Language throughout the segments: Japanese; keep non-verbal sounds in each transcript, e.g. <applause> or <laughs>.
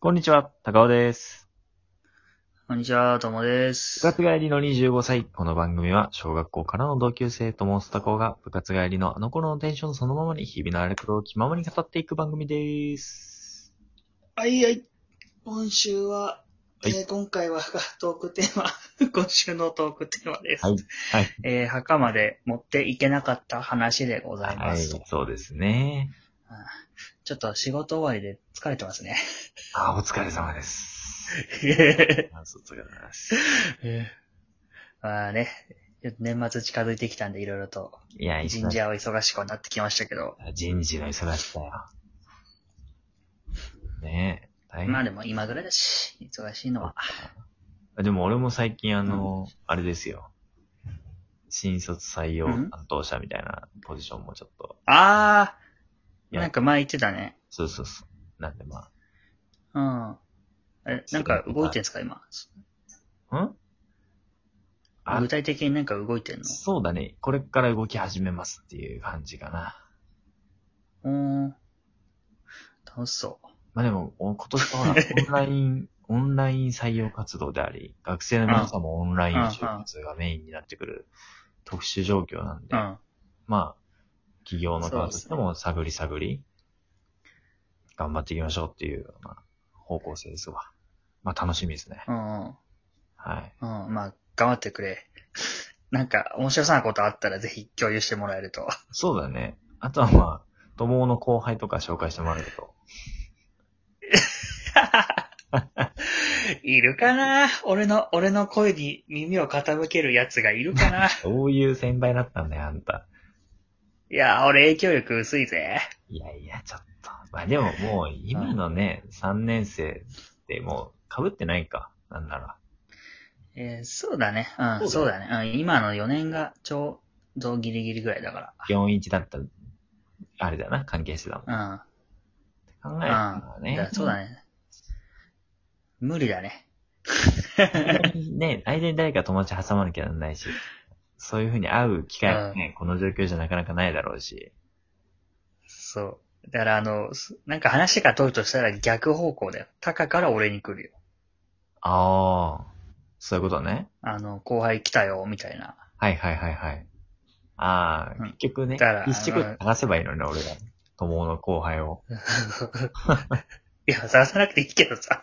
こんにちは、高尾です。こんにちは、ともです。部活帰りの25歳。この番組は小学校からの同級生と申す高尾が部活帰りのあの頃のテンションそのままに日々のあれこれを気ままに語っていく番組です。はいはい。今週は、はいえー今回はトークテーマ、 <laughs> 今週のトークテーマです。はいはいえー墓まで持っていけなかった話でございはまい、すと。そうですね。ちょっと仕事終わりで疲れてますね。あ、お疲れ様です。えあそうお疲れ様です。ー <laughs> まあね、ちょっと年末近づいてきたんでいろいろといや、神忙し社は忙しくはなってきましたけど、人事の忙しさよ。ねえ、大変。まあでも今ぐらいだし、忙しいのは。でも俺も最近あの、あれですよ。新卒採用うん担当者みたいなポジションもちょっと。あー、いやなんか前言ってたね。そうそうそう。なんでまうん。え、なんか動いてんすか、今。あ。んあ具体的になんか動いてんのそうだね。これから動き始めますっていう感じかな。うーん。楽しそまあでも、お今年はほら、オンライ <laughs> ン、オンライン採用活動であり、学生の皆さんもオンライン就活がメインになってくる特殊状況なんう。うで、ん。まあ、企業の側としても探り探り、頑張っていきましょうっていう、まあ、方向性ですわ。まあ楽しみですね。うん。うん。はい。まあ、頑張ってくれ。 <laughs> なんか、面白そうなことあったらぜひ共有してもらえると。そうだね。あとはまあ、友の後輩とか紹介してもらえると。 <laughs> いるかな俺の、俺の声に耳を傾けるやつが <laughs> いるかなどういう先輩だったんだよ、あんた。いや、俺影響力薄いぜ。いやいや、ちょっと。まあでももう、今のね、3年生ってもう、被ってないか。なんなら。えーそうだね。うん、そそううだだね。うん、今の4年がちょうどギリギリぐらいだか41だったら、あれだな、関係してたもん。考ら。えたらうん。うんだねから。そうだね。無理だね。 <laughs> ね、間に誰か友達挟まなきゃなんないし、そういう風に会う機会もね、この状況じゃなかなかないだろうし。そう。だからあの、すなんか話が通るとしたら逆方向だよ。タカから俺に来るよ。ああ、そういうことね。あの、後輩来たよ、みたいな。はいはいはいはい。ああ、うん結局ねだから、一色探せばいいのね、俺が。友の後輩を。いや、探さなくていいけどさ。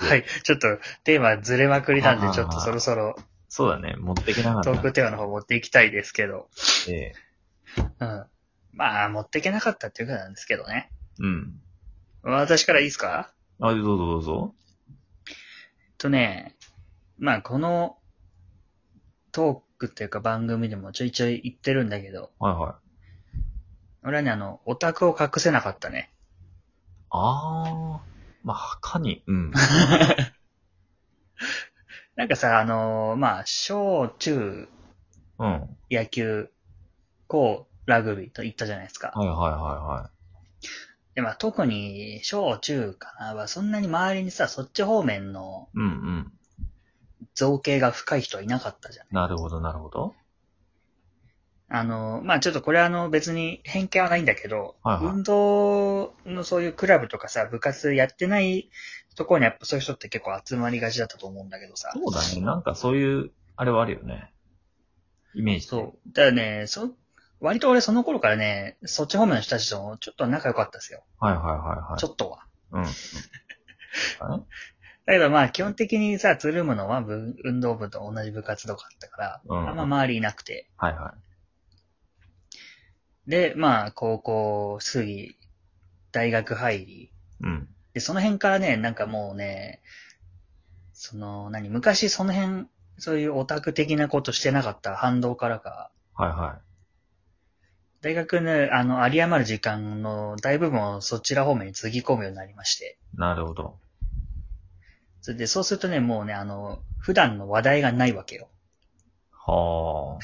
はい。ちょっと、テーマずれまくりなんあーで、ちょっとそろそろそうだね、持ってけなかったトな。ークテーマの方持っていきたいですけど。ええうん。まあ、持っていけなかったっていうかなんですけどね。うん。私からいいですかあ、どうぞどうぞ。えっとね、まあ、このトークっていうか番組でもちょいちょい言ってるんだけど、はいはい。俺はね、あの、オタクを隠せなかったね。ああ、まあ、墓に、 <laughs> うん。なんかさ、あのーまあ、小、中、うん。はい野球、高、ラグビーと言ったじゃないですか。はいはいはで、まあ、特に小、中かなは、そんなに周りにさ、そっち方面のい。うんうん。造形が深い人はいなかったじゃん。なるほどなるほど。あのーまあ、ちょっとこれはあの、別に偏見はないんだけど、はいはい運動のそういうクラブとかさ、部活やってないところにやっぱそういう人って結構集まりがちだったと思うんだけどさ。そうだね、なんかそういう、あれはあるよね。イメージ。そう。だからね、そ、割と俺その頃からね、そっち方面の人たちともちょっと仲良かったですよ。はいはいはいはい。ちょっとは。うん。だけどまあ基本的にさ、つるむのは部運動部と同じ部活とかあったから、うんあんま周りいなくて。はいはい。で、まあ高校過ぎ、大学入り。うん。で、その辺からね、なんかもうね、その、何、昔その辺、そういうオタク的なことしてなかった反動からか、はいは大学ね、あの、有り余る時間の大部分をそちら方面につぎ込むようになりまして。い。なるほど。それで、そうするとね、もうね、あの、普段の話題がないわけよ。は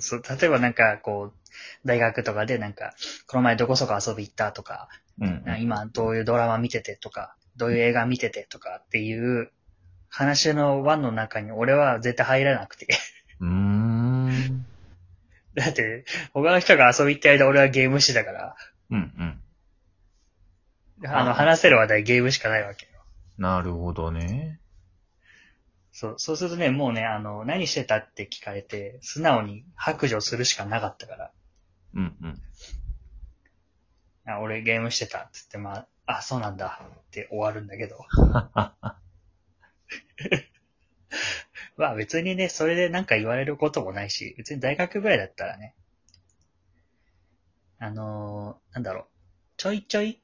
そう、例えばなんか、こう、大学とかでなんか、この前どこそこ遊び行ったとか、あ。うん、うん。今どういうドラマ見ててとか、どういう映画見ててとかっていう話の輪の中に俺は絶対入らなくて。 <laughs> うーん。だって、他の人が遊び行ってる間俺はゲームしてたから。うんうん。あの、話せる話題ゲームしかないわけよ。なるほどね。そう、そうするとね、もうね、あの、何してたって聞かれて、素直に白状するしかなかったから。うんうん。あ俺ゲームしてたって言って、まあ、あ、そうなんだって終わるんだけど。 <laughs> まあ別にね、それでなんか言われることもないし、別に大学ぐらいだったらね、あのーなんだろう、ちょいちょい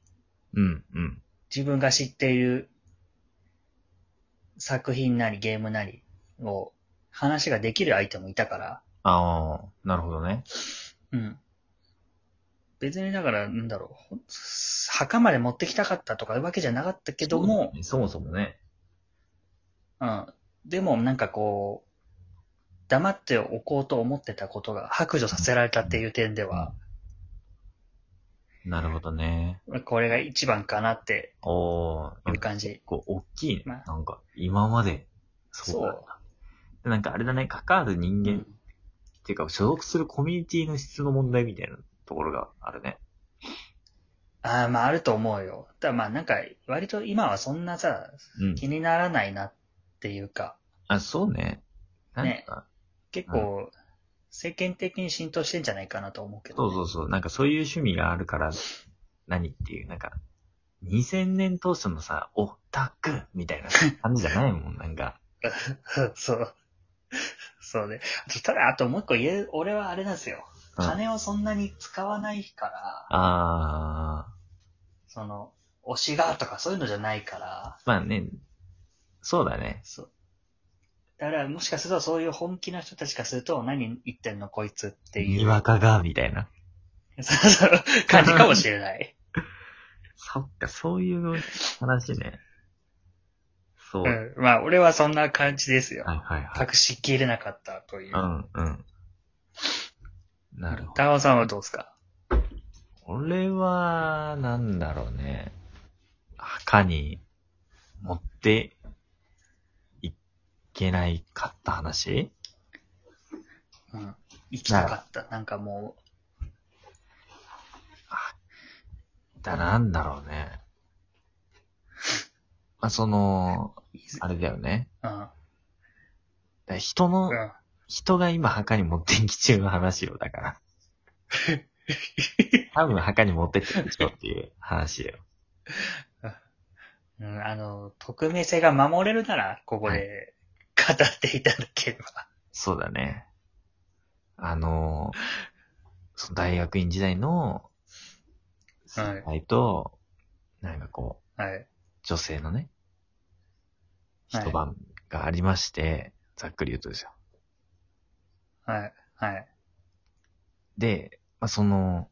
うんうん。自分が知っている作品なりゲームなりを話ができる相手もいたから、ああ、なるほどね。うん。別にだから、なんだろうほん、墓まで持ってきたかったとかいうわけじゃなかったけども、そもそもね。うん。でもなんかこう、黙っておこうと思ってたことが白状させられたっていう点では、なるほどね。これが一番かなっておー、いなんうか感じ結。構大きいね。まあなんか、今まで、そうだった。でなんかあれだね、関わる人間、うっんていうか、所属するコミュニティの質の問題みたいなところがあるね。ああ、まああると思うよ。ただまあなんか、割と今はそんなさ、うん。気にならないなっていうか、あ、そうね。なんか、ね結構、世間的に浸透してんじゃないかなと思うけそどうね。そうそう。なんかそういう趣味があるから、何っていう、なんか、2000年当初のさ、オタクみたいな感じじゃないもん、なんか。 <laughs> そう。そうね。あとただ、あともう一個言え、俺はあれなんですよ。うん金をそんなに使わないから、あー、その、推しがとかそういうのじゃないから、まあね、そうだね。そう。だから、もしかするとそういう本気な人たちからすると、何言ってんのこいつっていう。にわかが、みたいな。 <laughs> そうそう、感じかもしれない。そっか、そういう話ね。 <laughs> そう。うはいん。まあ、俺はそんな感じですよ。はいはい。隠しきれなかったというう。んうん。なるほど。高尾さんはどうですか俺は、なんだろうね。墓に持っていけないかった話うん。行きたかった。なんかもだ、なんだろう <laughs> ね。まあ、その、う、いずあれだよね。うん。だ人のう、ん。人が今墓に持ってき中の話よ、だから。 <laughs> 多分墓に持ってってきちゃうっていう話よ。うん、あの、匿名性が守れるなら、ここで語っていただければ。そうだね。あの、その大学院時代の、はい先輩と、なんかこう、はい。女性のね、はい一晩がありまして、ざっくり言うとですよ。はい。はい。で、まあ、その、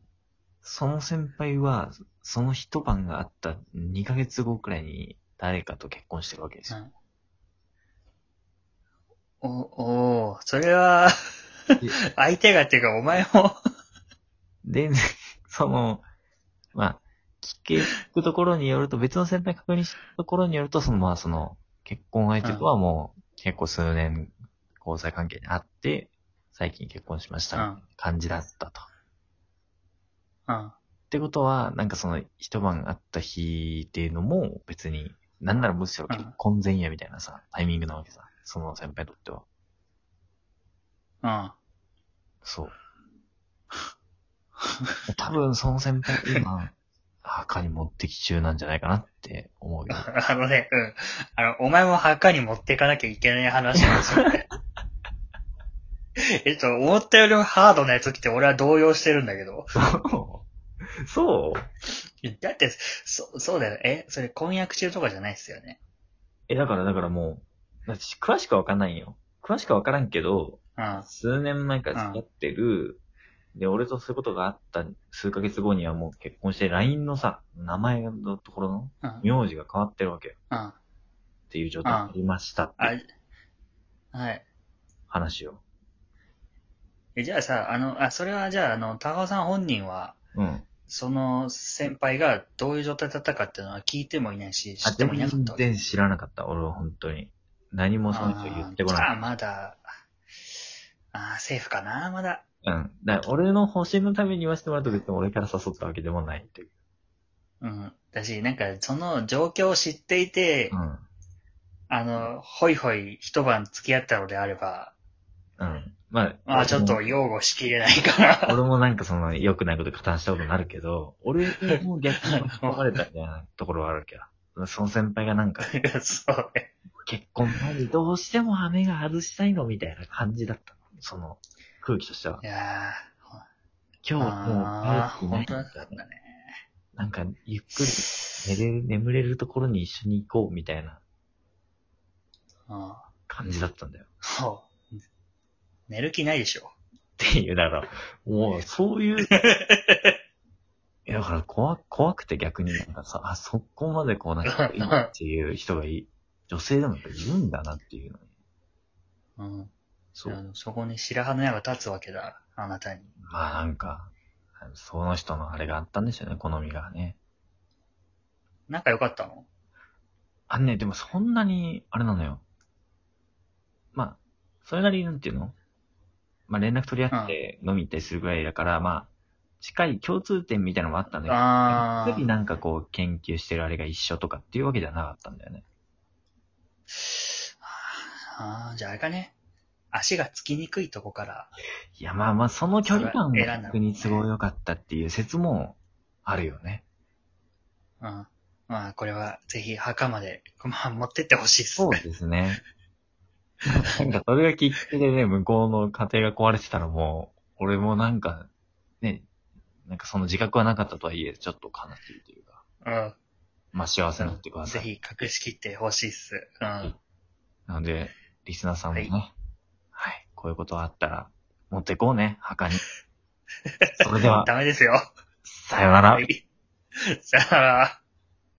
その先輩は、その一晩があった2ヶ月後くらいに誰かと結婚してるわけですよ。お、おーそれは、相手がっていうか、お前も、で、 <laughs> その、まあ、聞くところによると、別の先輩確認したところによると、その、まあ、その、結婚相手とはもう、結構数年、交際関係にあって、最近結婚しました、みたいな感じだったと。うん。ってことは、なんかその、一晩あった日っていうのも、別に、なんならむしろ結婚前夜みたいなさ、タイミングなわけさ、その先輩にとっては。うん。 <laughs> そう。多分その先輩、今、墓に持ってき中なんじゃないかなって思うよ。あのね、うん。あの、お前も墓に持っていかなきゃいけない話なんですよね。 <laughs> えっと、思ったよりもハードなやつ来て俺は動揺してるんだけど。そう <laughs> そうだって、そ、そうだよね。え、それ婚約中とかじゃないっすよね。え、だからだからもう、私詳しくはわかんないよ。詳しくはわからんけど、うん。数年前から付き合ってる、で、俺とそういうことがあった数ヶ月後にはもう結婚して、LINE のさ、名前のところのうん。名字が変わってるわけよ。うん。っていう状態になりましたっていうあ、はい。話を。え、じゃあさ、あの、あ、それはじゃあ、あの、高尾さん本人は、うん。その先輩がどういう状態だったかっていうのは聞いてもいないし、知ってもいなかったあわけ。全然知らなかった。俺は本当に。何もその人言ってこあーじゃなあ、まだ、あー、セーフかな、まだ。い。うん。だから俺の保身のために言わせてもらうと別に俺から誘ったわけでもないっていう。うん。だし、なんか、その状況を知っていて、うん。あの、ほいほい一晩付き合ったのであれば、うん。まあ、まあちょっと擁護しきれないか <laughs> 俺も。俺もなんかその、良くないこと加担したことになるけど、俺も逆 <laughs> に巻き込まれたみたいなところはあるけど、その先輩がなんか、ら。そうね。結婚前にどうしても羽目が外したいのみたいな感じだったの。その、空気としては。いや今ー、日はもうあー、帰る本気当なだいったんだね。なんか、ゆっくり寝れる、眠れるところに一緒に行こうみたいなうん。感じだったんだよ。そう。寝る気ないでしょ。っていう、だから、もう、そういう、いやだから怖、怖くて逆になんかさ、あ、そこまでこうなんか、いいっていう人がいい、女性でもやっぱいるんだなっていうのに。うん。そう。あのそこに白羽の矢が立つわけだ、あなたに。まあなんか、その人のあれがあったんでしょうね、好みがね。仲良かったのあのね、でもそんなに、あれなのよ。まあ、それなりになんていうのまあ連絡取り合って飲み行ったりするぐらいだから、まあ、近い共通点みたいなのもあったんだけど、あやっぱりー。なんかこう研究してるあれが一緒とかっていうわけではなかったんだよね。あーじゃああれかね。足がつきにくいとこから。いやまあまあその距離感そがれは選んだ逆に都合良かったっていう説もあるよね。うん。まあ、これは、ぜひ、墓まで、 <laughs> まあ、持ってってほしいですそうね。ですね。 <laughs> なんかそれがきっかけでね、向こうの家庭が壊れてたらもう、俺もなんか、ね、なんかその自覚はなかったとはいえ、ちょっと悲しいというか、うん。まあ幸せになってくだぜさい。ひ、隠しきってほしいっす。うん。なので、リスナーさんもね、ははい、こういうことあったら、持ってこうね、墓に。それでは、ダメですよ。さよならは。い。さあ。 <laughs>